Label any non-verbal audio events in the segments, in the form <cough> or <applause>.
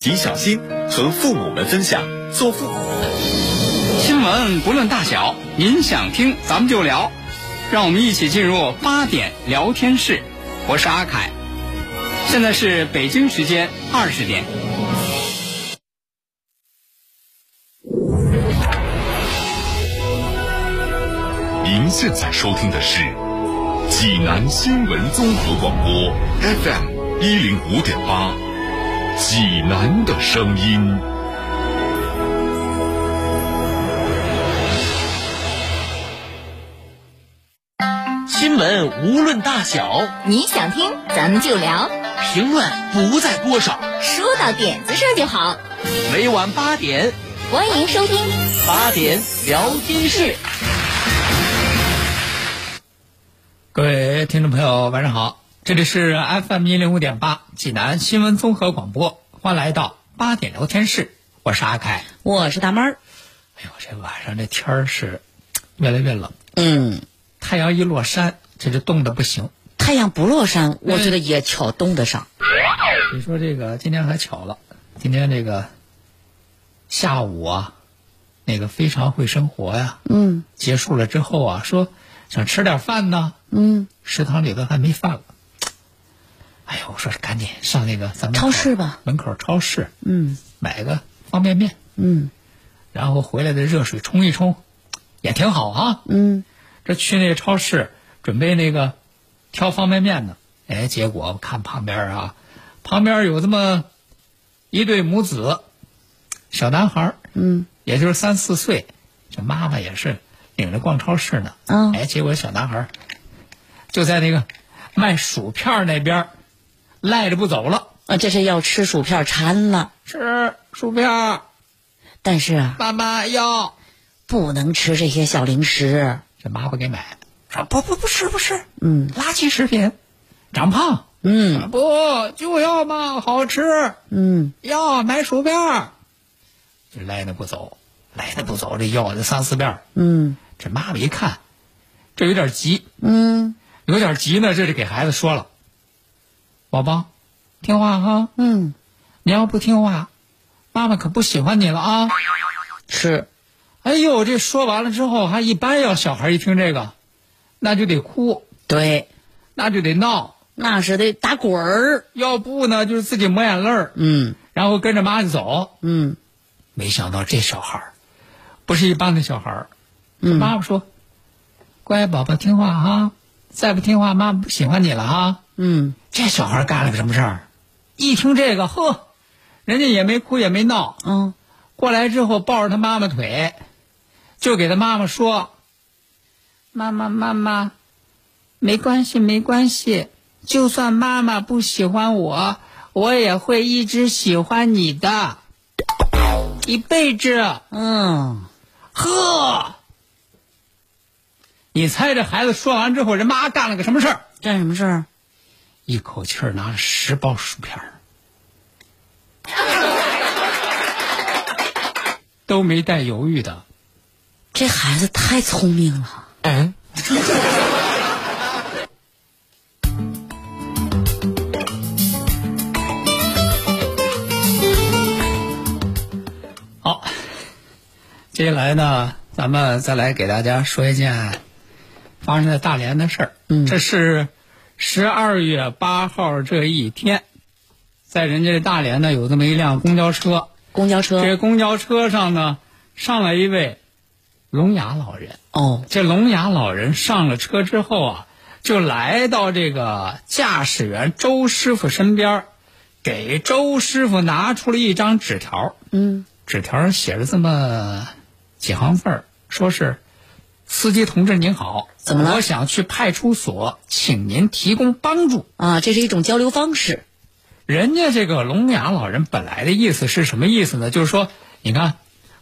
请小新和父母们分享做父母。新闻不论大小，您想听咱们就聊，让我们一起进入八点聊天室。我是阿凯，现在是北京时间二十点。您现在收听的是济南新闻综合广播 FM 一零五点八，济南的声音。新闻无论大小，你想听，咱们就聊，评论不在多少。说到点子上就好。每晚八点，欢迎收听八点聊天室。各位听众朋友，晚上好，这里是 FM 一零五点八济南新闻综合广播，欢迎来到八点聊天室，我是阿凯。我是大妹儿。哎呦，这晚上这天儿是越来越冷，嗯，太阳一落山，这就冻得不行。太阳不落山，我觉得也巧冻得上。你说这个今天还巧了，今天这个下午啊，那个非常会生活呀、嗯结束了之后啊，说想吃点饭呢，嗯，食堂里头还没饭了。哎呦，我说赶紧上那个咱们超市吧，门口超市嗯买个方便面，嗯然后回来的热水冲一冲，也挺好啊。嗯，这去那个超市准备那个挑方便面呢，哎，结果我看旁边啊，旁边有这么一对母子，小男孩儿，嗯，也就是三四岁，这妈妈也是领着逛超市呢，嗯哎，结果小男孩儿就在那个卖薯片儿那边儿赖着不走了，啊，这是要吃薯片馋了，吃薯片儿，但是啊，妈妈要，不能吃这些小零食。这妈妈给买，说不不不吃不吃，嗯垃圾食品，长胖。嗯不就要嘛好吃，嗯，要买薯片儿。这赖的不走，赖的不走，这要这三四遍儿。嗯这妈妈一看，这有点急，嗯有点急呢，这就给孩子说了：“宝宝，听话哈，嗯，你要不听话，妈妈可不喜欢你了啊！”吃，哎呦，这说完了之后，还一般要小孩一听这个，那就得哭，对，那就得闹，那是得打滚儿。要不呢就是自己抹眼泪儿，嗯然后跟着妈就走。嗯没想到这小孩儿不是一般的小孩儿。嗯妈妈说：“乖宝宝，听话哈，再不听话，妈妈不喜欢你了哈。嗯，”这小孩儿干了个什么事儿？一听这个，呵，人家也没哭也没闹，嗯，过来之后抱着他妈妈腿，就给他妈妈说：“妈妈，妈妈，没关系，没关系，就算妈妈不喜欢我，我也会一直喜欢你的，一辈子。”嗯，呵，你猜这孩子说完之后，人妈干了个什么事儿？干什么事儿？一口气儿拿了十包薯片儿， <laughs> 都没带犹豫的。这孩子太聪明了。嗯。好，接下来呢，咱们再来给大家说一件发生在大连的事儿。嗯这是十二月八号这一天，在人家大连呢有这么一辆公交车，公交车这公交车上呢上来一位聋哑老人。哦，这聋哑老人上了车之后啊，就来到这个驾驶员周师傅身边儿，给周师傅拿出了一张纸条，嗯纸条上写着这么几行字儿，说是：“司机同志您好，怎么了我想去派出所，请您提供帮助。”啊，这是一种交流方式。人家这个聋哑老人本来的意思是什么意思呢？就是说，你看，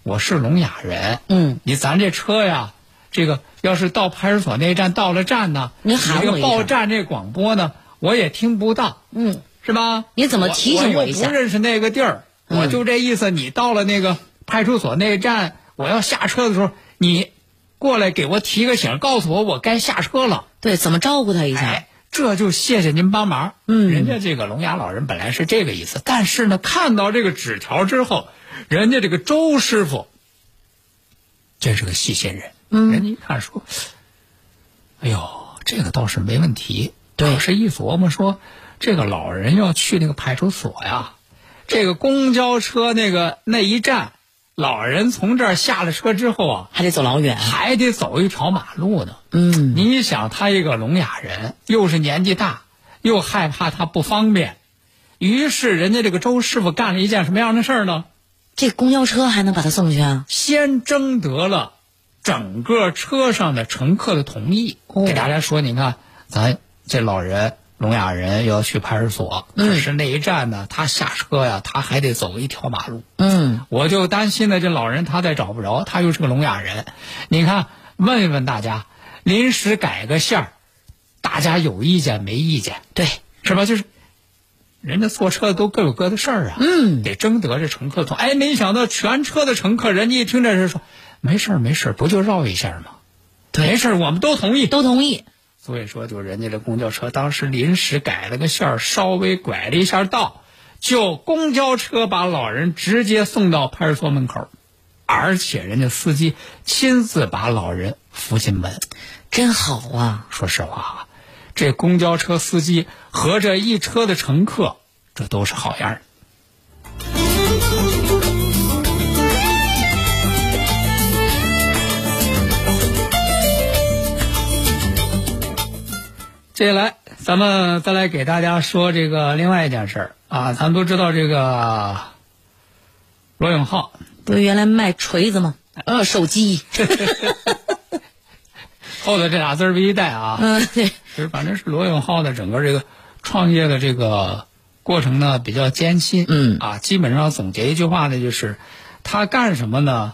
我是聋哑人，嗯，你咱这车呀，这个要是到派出所那一站到了站呢，你喊这我个一报声站这广播呢，我也听不到，嗯，是吧？你怎么提醒我我一下又不认识那个地儿，嗯我就这意思。你到了那个派出所那一站，我要下车的时候，你过来给我提个醒，告诉我我该下车了。对，怎么照顾他一下？哎，这就谢谢您帮忙。嗯人家这个聋哑老人本来是这个意思，但是呢，看到这个纸条之后，人家这个周师傅真是个细心人。嗯，人家一看说：“哎呦，这个倒是没问题。”对，是一琢磨说，这个老人要去那个派出所呀，这个公交车那个那一站，老人从这儿下了车之后啊，还得走老远。还得走一条马路呢。嗯，你想，他一个聋哑人，又是年纪大，又害怕他不方便，于是人家这个周师傅干了一件什么样的事儿呢？这公交车还能把他送去啊？先征得了整个车上的乘客的同意，哦给大家说，你看，咱这老人聋哑人要去派出所，嗯可是那一站呢，他下车呀，他还得走一条马路。嗯，我就担心呢，这老人他再找不着，他又是个聋哑人。你看，问一问大家，临时改个线儿，大家有意见没意见对，是吧？就是人家坐车都各有各的事儿啊，嗯，得征得这乘客同。哎，没想到全车的乘客，人家一听这事说，没事儿没事儿，不就绕一下吗？对没事儿，我们都同意。都同意。所以说，就人家这公交车当时临时改了个线儿，稍微拐了一下道，就公交车把老人直接送到派出所门口，而且人家司机亲自把老人扶进门。真好啊！说实话啊，这公交车司机和这一车的乘客，这都是好样儿的。接下来，咱们再来给大家说这个另外一件事儿啊，咱们都知道这个罗永浩不是原来卖锤子吗？呃，手机。后头这俩字儿不一带啊，嗯，对，其实反正是罗永浩的整个这个创业的这个过程呢比较艰辛，嗯啊，基本上总结一句话呢，就是他干什么呢，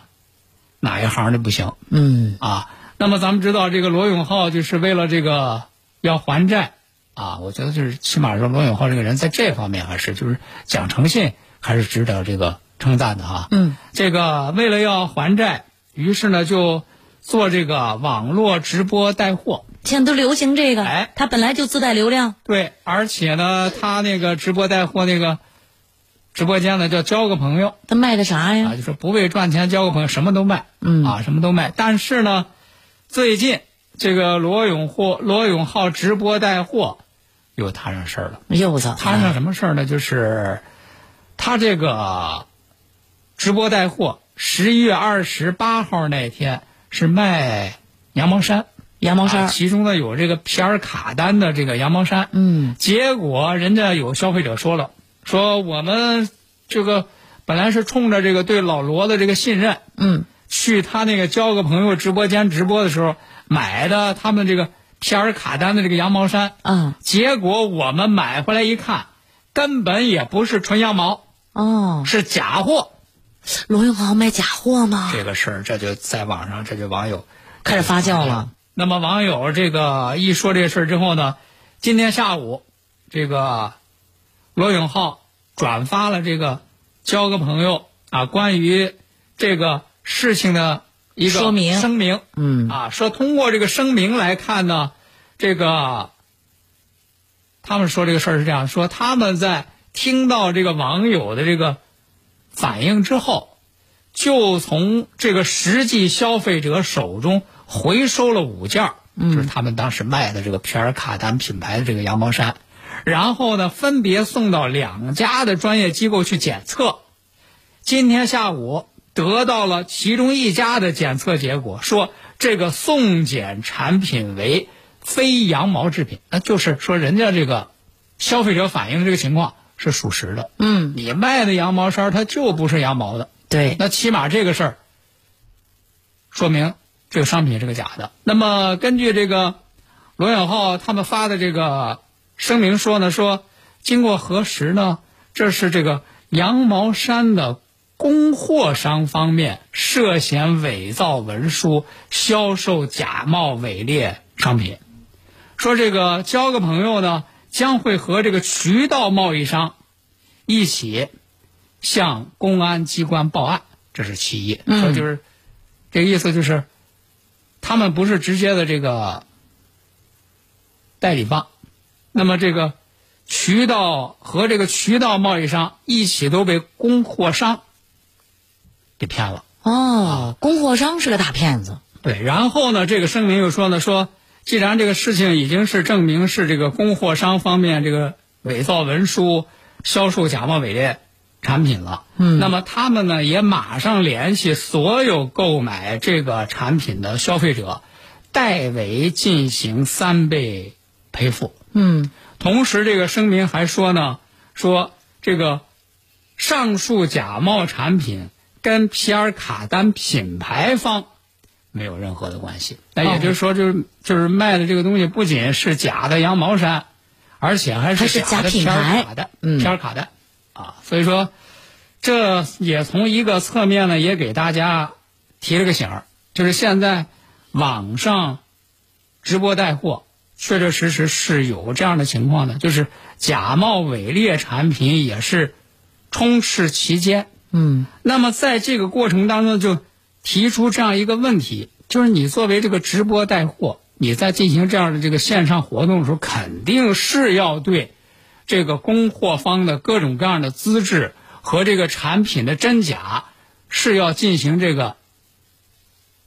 哪一行的不行嗯，啊。那么咱们知道这个罗永浩就是为了这个要还债啊，我觉得就是起码说罗永浩这个人在这方面还是就是讲诚信还是值得这个称赞的哈。嗯，这个为了要还债，于是呢就做这个网络直播带货。现在都流行这个。哎他本来就自带流量。对，而且呢，他那个直播带货那个直播间呢，叫交个朋友他卖的啥呀？啊，就是不为赚钱交个朋友，什么都卖，嗯啊，什么都卖。但是呢，最近这个罗永货罗永浩直播带货又摊上事儿了。柚子，啊摊上什么事儿呢？就是他这个直播带货，十一月二十八号那天是卖羊毛衫。羊毛啊衫儿。其中呢有这个皮尔卡丹的这个羊毛衫，嗯，结果人家有消费者说了，说我们这个本来是冲着这个对老罗的这个信任，嗯，去他那个交个朋友直播间直播的时候买的他们这个皮尔卡丹的这个羊毛衫，啊，结果我们买回来一看，根本也不是纯羊毛，哦，是假货。罗永浩卖假货吗？这个事儿这就在网上，这就网友开始发酵了。那么网友这个一说这事儿之后呢，今天下午，这个罗永浩转发了这个交个朋友啊关于这个事情的一个说明声明嗯，啊，说通过这个声明来看呢，这个他们说这个事儿是这样说，他们在听到这个网友的这个反应之后，就从这个实际消费者手中回收了五件儿，就是他们当时卖的这个皮尔卡丹品牌的这个羊毛衫，然后呢，分别送到两家的专业机构去检测。今天下午得到了其中一家的检测结果，说这个送检产品为非羊毛制品，那就是说人家这个消费者反映的这个情况是属实的。嗯，你卖的羊毛衫儿它就不是羊毛的，对，那起码这个事儿说明这个商品是个假的。那么根据这个罗永浩他们发的这个声明说呢，说经过核实呢，这是这个羊毛衫的供货商方面涉嫌伪造文书、销售假冒伪劣商品。说这个交个朋友呢，将会和这个渠道贸易商一起向公安机关报案，这是其一。嗯说就是这个意思就是，他们不是直接的这个代理方，那么这个渠道和这个渠道贸易商一起都被供货商给骗了。哦，供货商是个大骗子。对，然后呢，这个声明又说呢，说既然这个事情已经是证明是这个供货商方面这个伪造文书、销售假冒伪劣产品了，嗯，那么他们呢也马上联系所有购买这个产品的消费者，代为进行三倍赔付。嗯，同时，这个声明还说呢，说这个上述假冒产品跟皮尔卡丹品牌方没有任何的关系。那也就是说，就是就是卖的这个东西不仅是假的羊毛衫，而且还还是是假假的品皮尔牌卡丹，嗯皮尔卡丹啊。所以说，这也从一个侧面呢，也给大家提了个醒儿，就是现在网上直播带货，确确实实是有这样的情况的，就是假冒伪劣产品也是充斥其间。嗯，那么在这个过程当中，就提出这样一个问题，就是你作为这个直播带货，你在进行这样的这个线上活动的时候，肯定是要对这个供货方的各种各样的资质和这个产品的真假是要进行这个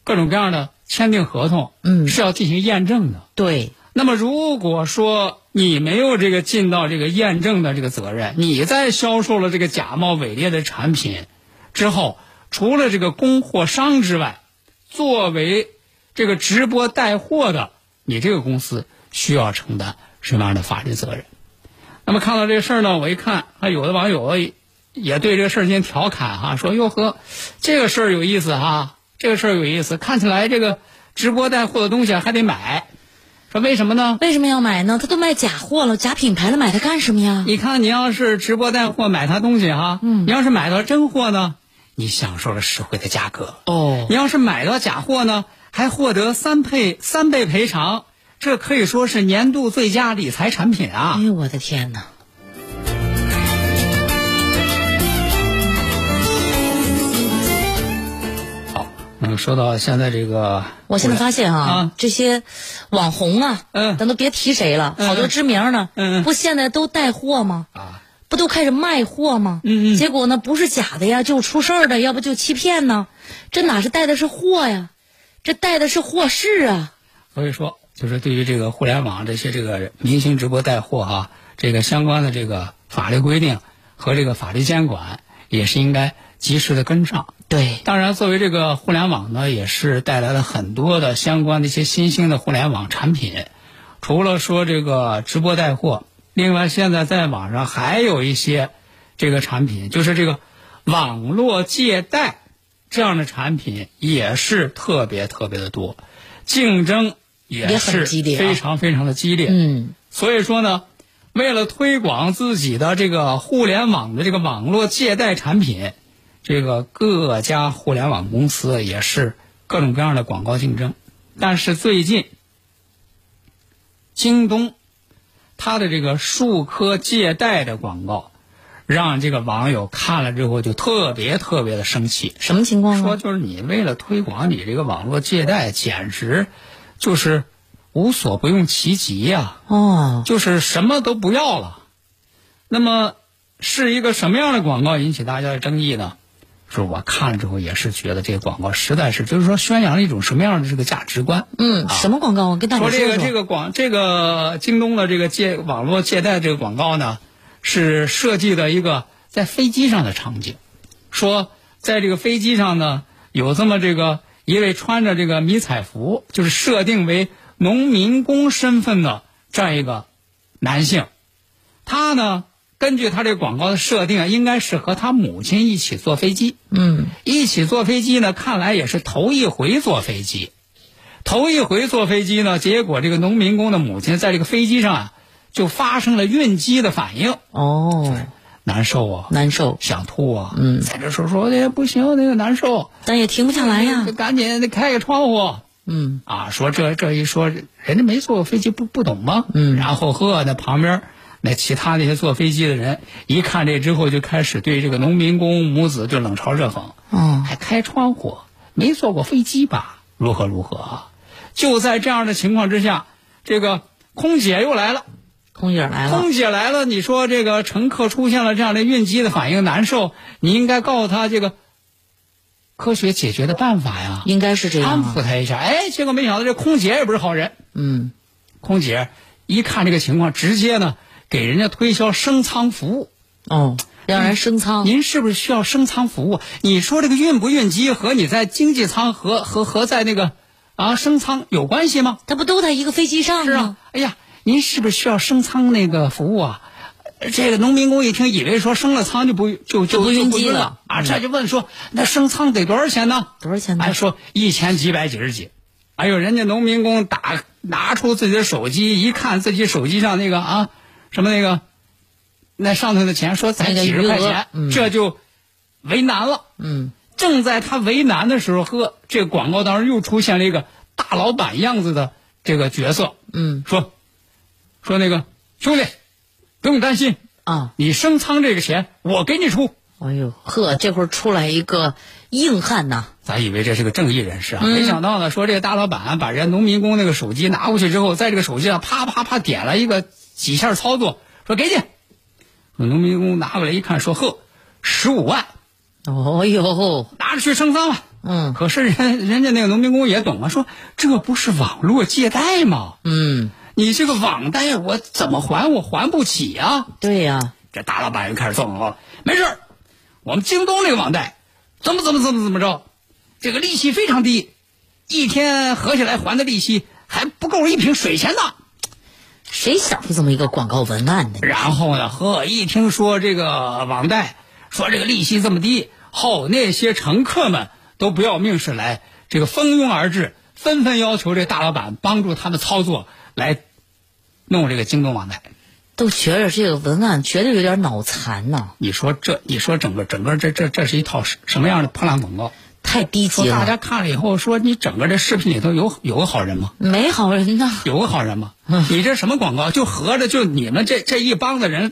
各种各样的签订合同，嗯是要进行验证的。对，那么，如果说你没有这个尽到这个验证的这个责任，你在销售了这个假冒伪劣的产品之后，除了这个供货商之外，作为这个直播带货的，你这个公司需要承担什么样的法律责任？那么看到这事儿呢，我一看，啊，有的网友也也对这个事儿进行调侃哈、说哟呵，这个事儿有意思哈、这个事儿有意思，看起来这个直播带货的东西还得买，说为什么呢？为什么要买呢？他都卖假货了，假品牌的买它干什么呀？你看，你要是直播带货买他东西哈，嗯，你要是买到真货呢，你享受了实惠的价格；哦，你要是买到假货呢，还获得三倍三倍赔偿，这可以说是年度最佳理财产品啊！哎呦我的天哪！嗯，说到现在这个，我现在发现啊啊，这些网红啊，嗯咱都别提谁了，嗯好多知名呢嗯嗯，不现在都带货吗？啊，不都开始卖货吗？嗯嗯。结果呢，不是假的呀，就出事儿的，要不就欺骗呢。这哪是带的是货呀？这带的是祸事啊！所以说，就是对于这个互联网这些这个明星直播带货哈、这个相关的这个法律规定和这个法律监管，也是应该及时的跟上。对，当然，作为这个互联网呢，也是带来了很多的相关的一些新兴的互联网产品。除了说这个直播带货，另外现在在网上还有一些这个产品，就是这个网络借贷这样的产品也是特别特别的多，竞争也也很是激烈啊非常非常的激烈。嗯，所以说呢，为了推广自己的这个互联网的这个网络借贷产品，这个各家互联网公司也是各种各样的广告竞争。但是最近，京东它的这个数科借贷的广告，让这个网友看了之后就特别特别的生气。什么情况说啊？就是你为了推广你这个网络借贷，简直就是无所不用其极呀、哦，就是什么都不要了。那么是一个什么样的广告引起大家的争议呢？是我看了之后也是觉得这个广告实在是，就是说宣扬了一种什么样的这个价值观？嗯，什么广告？我跟大家啊说说这个说。这个广这个京东的这个借网络借贷这个广告呢，是设计的一个在飞机上的场景，说在这个飞机上呢，有这么这个一位穿着这个迷彩服，就是设定为农民工身份的这样一个男性，他呢根据他这个广告的设定啊，应该是和他母亲一起坐飞机，嗯，一起坐飞机呢，看来也是头一回坐飞机。头一回坐飞机呢，结果这个农民工的母亲在这个飞机上啊，就发生了孕激的反应，哦，难受啊，难受，想吐啊。嗯在这说说，哎呀不行，那个难受，哎但也停不下来呀就。赶紧得开个窗户嗯，啊。说这这一说，人家没坐过飞机不不懂吗？嗯然后呵，那旁边那其他那些坐飞机的人一看这之后，就开始对这个农民工母子就冷嘲热讽。哦，还开窗户，没坐过飞机吧？如何如何啊？就在这样的情况之下，这个空姐又来了，空姐来了，空姐来了，你说这个乘客出现了这样的孕激的反应难受，你应该告诉他这个科学解决的办法呀，应该是这样安啊。抚他一下。哎，结果没想到这空姐也不是好人，嗯，空姐一看这个情况，直接呢给人家推销升舱服务。哦，让人升舱。您是不是需要升舱服务？你说这个孕不孕机和你在经济舱和和和在那个啊升舱有关系吗？他不都在一个飞机上是啊吗？，哎呀，您是不是需要升舱那个服务啊？这个农民工一听，以为说升了舱就不就就就不晕机了了嗯啊，这就问说那升舱得多少钱呢？多少钱呢哎，说一千几百几十几。哎呦，人家农民工打拿出自己的手机，一看自己手机上那个啊什么那个那上头的钱，说才那个几十余块额钱，嗯这就为难了。嗯，正在他为难的时候，呵，这个广告当中又出现了一个大老板样子的这个角色，嗯说说那个兄弟，不用担心，啊，你升舱这个钱我给你出。哎呦呵，这会儿出来一个硬汉呐，咱以为这是个正义人士啊，嗯没想到呢，说这个大老板把人家农民工那个手机拿过去之后，在这个手机上啪啪啪点了一个几下操作，说给你。说农民工拿过来一看，说呵，十五万，哦呦，拿着去升舱吧。嗯可是人人家那个农民工也懂啊，说这不是网络借贷吗？嗯，你这个网贷我怎么还？我还不起啊！对呀、这大老板又开始纵容了，没事儿，我们京东这个网贷怎么怎么怎么怎么着，这个利息非常低，一天合起来还的利息还不够一瓶水钱呢。谁想出这么一个广告文案的？然后呢，呵，一听说这个网贷，说这个利息这么低，后那些乘客们都不要命似来，这个蜂拥而至，纷纷要求这大老板帮助他们操作来弄这个京东网贷。都觉着这个文案绝对有点脑残呐，你说这，你说整个整个这这这是一套什什么样的破烂广告？太低说级大了，家看了以后说，你整个这视频里头有有个好人吗？没好人呐。有个好人吗？你这什么广告？就合着就你们这这一帮子人，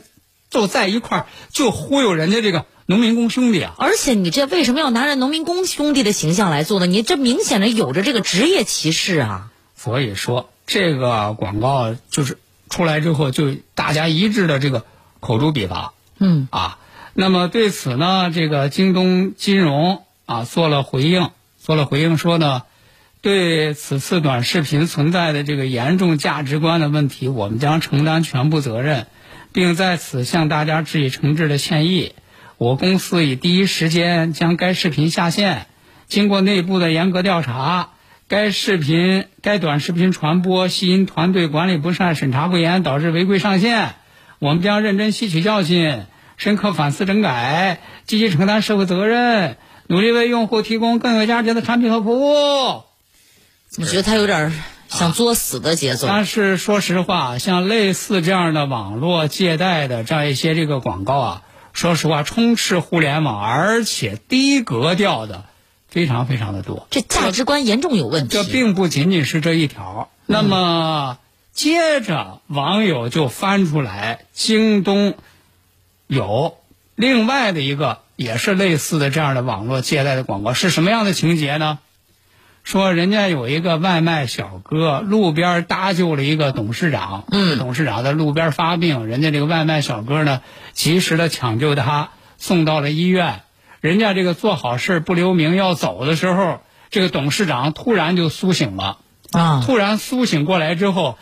就在一块儿就忽悠人家这个农民工兄弟啊！而且你这为什么要拿着农民工兄弟的形象来做呢？你这明显的有着这个职业歧视啊！所以说这个广告就是出来之后，就大家一致的这个口诛笔伐嗯啊。那么对此呢，这个京东金融啊做了回应，做了回应说呢，对此次短视频存在的这个严重价值观的问题，我们将承担全部责任，并在此向大家致以诚挚的歉意。我公司已第一时间将该视频下线，经过内部的严格调查，该视频、该短视频传播系因团队管理不善、审查不严导致违规上线，我们将认真吸取教训，深刻反思整改，积极承担社会责任，努力为用户提供更有价值的产品和服务。怎么觉得他有点想作死的节奏？但是说实话，像类似这样的网络借贷的这样一些这个广告啊，说实话充斥互联网，而且低格调的非常非常的多。这价值观严重有问这题。并不仅仅是这一条。那么接着网友就翻出来，京东有另外的一个也是类似的这样的网络借贷的广告，是什么样的情节呢？说人家有一个外卖小哥路边搭救了一个董事长，嗯董事长在路边发病，人家这个外卖小哥呢及时的抢救他，送到了医院。人家这个做好事不留名要走的时候，这个董事长突然就苏醒了，啊，突然苏醒过来之后，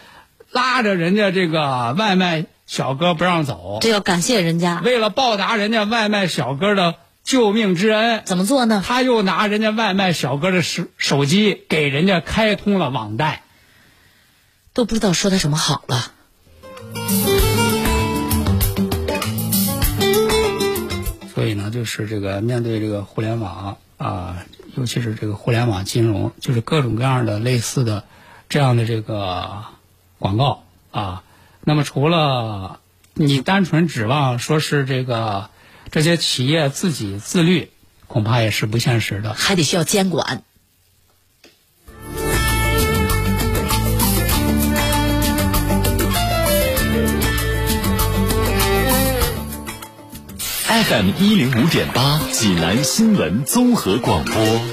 拉着人家这个外卖小哥不让走，这要感谢人家，为了报答人家外卖小哥的救命之恩，怎么做呢？他又拿人家外卖小哥的手手机给人家开通了网贷。都不知道说他什么好了。所以呢，就是这个面对这个互联网啊，尤其是这个互联网金融，就是各种各样的类似的这样的这个广告啊。那么除了你单纯指望说是这个这些企业自己自律，恐怕也是不现实的。还得需要监管。 FM 一零五点八，济南新闻综合广播。用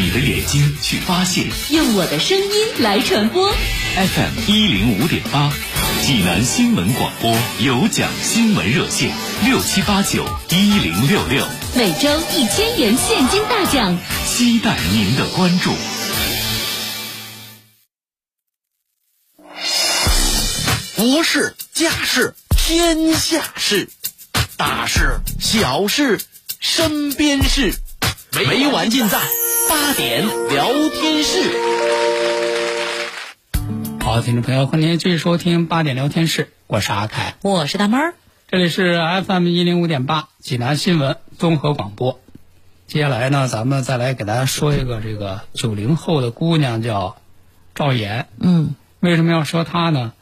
你的眼睛去发现，用我的声音来传播 FM 一零五点八，济南新闻广播有奖新闻热线六七八九一零六六，每周一千元现金大奖。期待您的关注。国事、家事、天下事，大事、小事、身边事，没完尽在八点聊天室。好，听众朋友，欢迎您继续收听八点聊天室，我是阿凯，我是大妹儿。这里是 FM 一零五点八济南新闻综合广播。接下来呢，咱们再来给大家说一个这个九零后的姑娘叫赵岩。嗯，为什么要说她呢？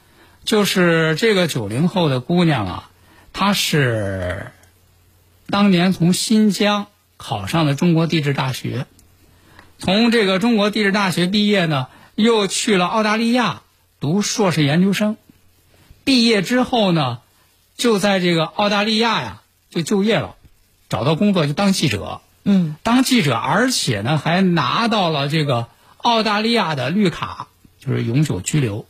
就是这个九零后的姑娘啊，她是当年从新疆考上的中国地质大学，从这个中国地质大学毕业呢，又去了澳大利亚读硕士研究生。毕业之后呢，就在这个澳大利亚呀就就业了，找到工作就当记者。嗯，当记者，而且呢还拿到了这个澳大利亚的绿卡，就是永久居留。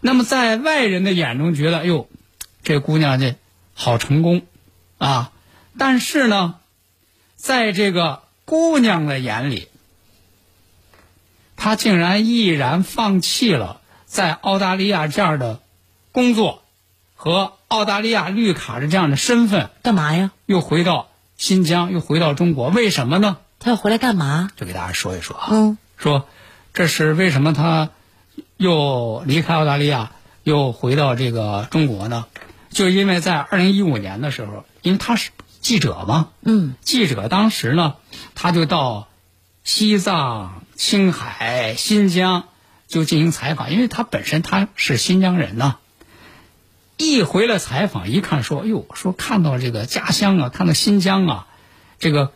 那么在外人的眼中觉得，哎呦，这姑娘这好成功啊！但是呢，在这个姑娘的眼里，她竟然毅然放弃了在澳大利亚这样的工作和澳大利亚绿卡的这样的身份，干嘛呀？又回到新疆，又回到中国，为什么呢？他要回来干嘛？就给大家说一说啊，嗯说这是为什么他又离开澳大利亚，又回到这个中国呢？就因为在二零一五年的时候，因为他是记者嘛，嗯记者当时呢，他就到西藏、青海、新疆就进行采访，因为他本身他是新疆人呐。一回来采访，一看说：“哎呦，说看到这个家乡啊，看到新疆啊，这个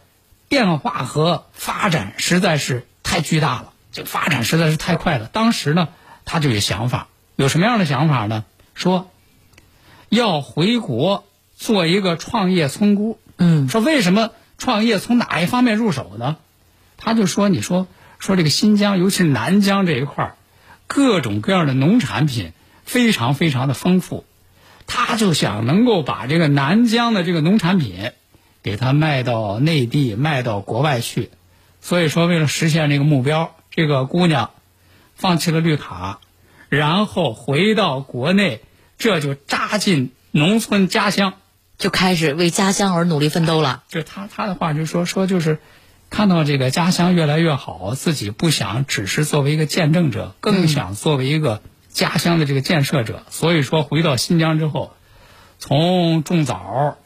变化和发展实在是太巨大了，这个发展实在是太快了。”当时呢，他就有想法，有什么样的想法呢？说要回国做一个创业村姑，嗯说为什么创业从哪一方面入手呢？他就说，你说说这个新疆，尤其是南疆这一块儿，各种各样的农产品非常非常的丰富，他就想能够把这个南疆的这个农产品给它卖到内地、卖到国外去。所以说，为了实现这个目标，这个姑娘放弃了绿卡，然后回到国内，这就扎进农村家乡。就开始为家乡而努力奋斗了。就是他他的话就是说说就是，看到这个家乡越来越好，自己不想只是作为一个见证者，更想作为一个家乡的这个建设者。所以说回到新疆之后，从种枣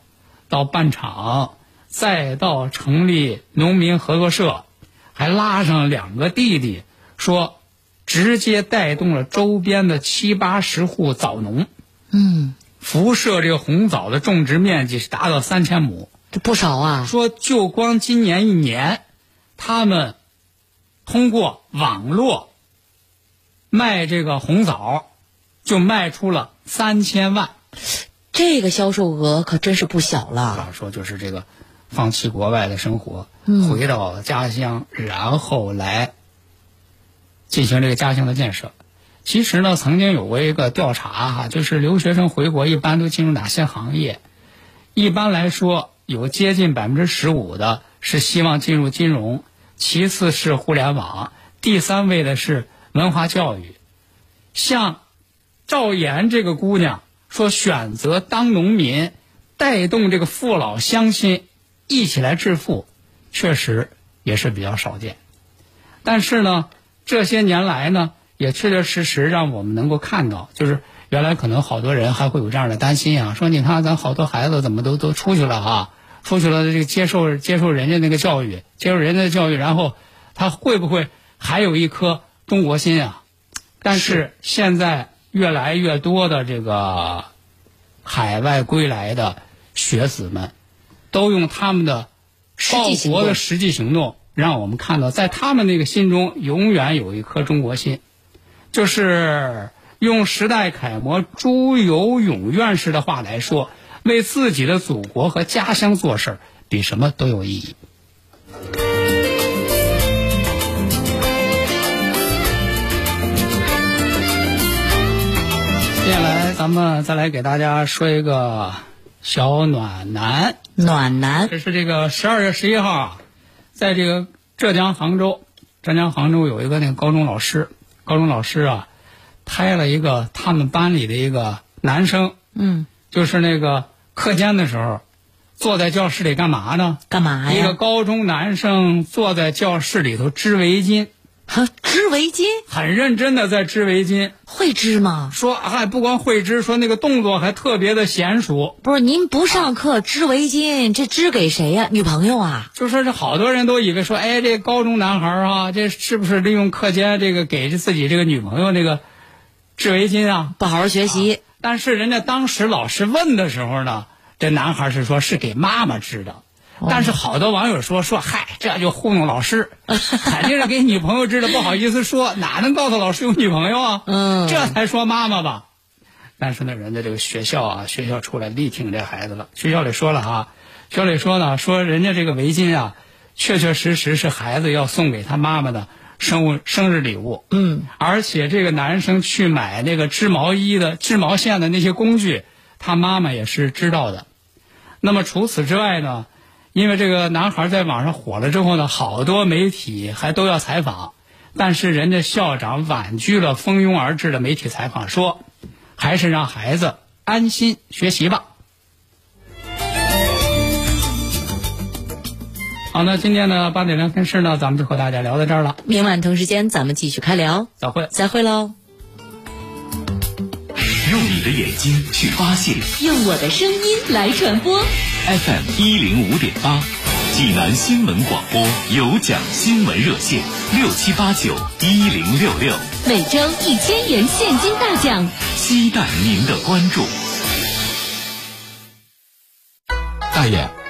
到办厂，再到成立农民合作社，还拉上两个弟弟，说直接带动了周边的七八十户枣农。嗯，辐射这个红枣的种植面积是达到三千亩，这不少啊。说就光今年一年，他们通过网络卖这个红枣，就卖出了三千万。这个销售额可真是不小了。啊，说就是这个放弃国外的生活，嗯回到家乡，然后来进行这个家乡的建设。其实呢，曾经有过一个调查哈，就是留学生回国一般都进入哪些行业？一般来说，有接近百分之十五的是希望进入金融，其次是互联网，第三位的是文化教育。像赵岩这个姑娘说，选择当农民，带动这个父老乡亲一起来致富，确实也是比较少见。但是呢，这些年来呢，也确确实实让我们能够看到，就是原来可能好多人还会有这样的担心啊，说你看咱好多孩子怎么都都出去了啊，出去了这个接受接受人家那个教育，接受人家的教育，然后他会不会还有一颗中国心啊？但是现在越来越多的这个海外归来的学子们，都用他们的实报际行国的动实际行动，让我们看到，在他们那个心中永远有一颗中国心，就是用时代楷模朱有勇院士的话来说，为自己的祖国和家乡做事儿，比什么都有意义。咱们再来给大家说一个小暖男，暖男，这是这个十二月十一号啊，在这个浙江杭州，浙江杭州有一个那个高中老师，高中老师啊，拍了一个他们班里的一个男生，嗯，就是那个课间的时候，坐在教室里干嘛呢？干嘛一个哎呀？高中男生坐在教室里头织围巾，哈，织围巾很认真的在织围巾，会织吗？说哎，不光会织，说那个动作还特别的娴熟。不是您不上课织围巾，这织给谁呀、女朋友啊？就说这好多人都以为说，哎，这高中男孩儿啊，这是不是利用课间这个给自己这个女朋友那个织围巾啊？不好好学习，但是人家当时老师问的时候呢，这男孩是说是给妈妈织的。但是好多网友说说，嗨，这就糊弄老师，肯定是给女朋友织的，不好意思说，哪能告诉老师有女朋友啊？嗯这才说妈妈吧。但是呢，人家这个学校啊，学校出来力挺这孩子了。学校里说了啊，学校里说呢，说人家这个围巾啊，确确实实是孩子要送给他妈妈的生物生日礼物。嗯，而且这个男生去买那个织毛衣的织毛线的那些工具，他妈妈也是知道的。那么除此之外呢，因为这个男孩在网上火了之后呢，好多媒体还都要采访，但是人家校长婉拒了蜂拥而至的媒体采访，说还是让孩子安心学习吧。好，那今天呢八点聊天室呢，咱们就和大家聊到这儿了，明晚同时间咱们继续开聊，再会。再会喽。用你的眼睛去发现用我的声音来传播。 FM 一零五点八，济南新闻广播有奖新闻热线六七八九一零六六，每周一千元现金大奖，期待您的关注。大爷，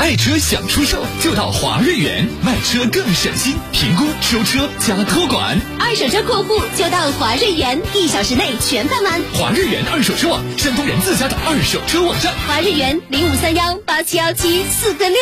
爱车想出售就到华瑞源，卖车更省心，评估、收车加托管。二手车过户就到华瑞源，一小时内全办完。华瑞源二手车网，山东人自家的二手车网站。华瑞源零五三幺八七幺七四个六。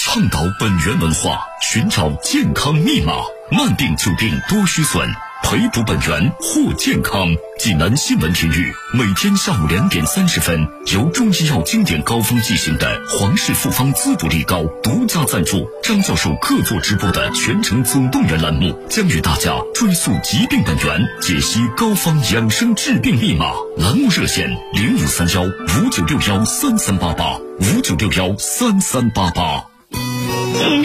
倡导本源文化，寻找健康密码，慢病久病多虚损，培补本源护健康。济南新闻频率每天下午两点三十分，由中医药经典膏方进行的皇氏复方滋补力膏独家赞助，张教授客座直播的全程总动员栏目，将与大家追溯疾病本源，解析膏方养生治病密码。栏目热线零五三幺五九六幺三三八八五九六幺三三八八。天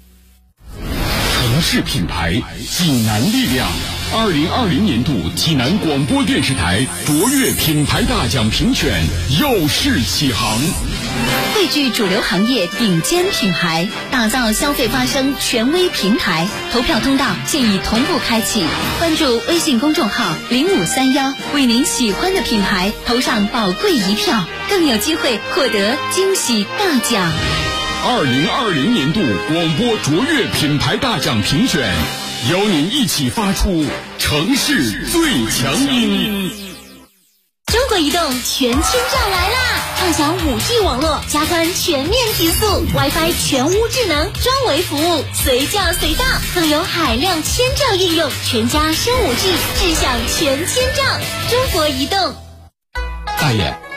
城市品牌，济南力量。二零二零年度济南广播电视台卓越品牌大奖评选又是启航。汇聚主流行业顶尖品牌，打造消费发声权威平台。投票通道现已同步开启，关注微信公众号“零五三幺”，为您喜欢的品牌投上宝贵一票，更有机会获得惊喜大奖。二零二零年度广播卓越品牌大奖评选，邀您一起发出城市最强音。中国移动全千兆来啦！畅享 5G 网络，加宽全面提速，WiFi 全屋智能专为服务，随叫随到，更有海量千兆应用，全家升 5G，智享全千兆。中国移动。大爷，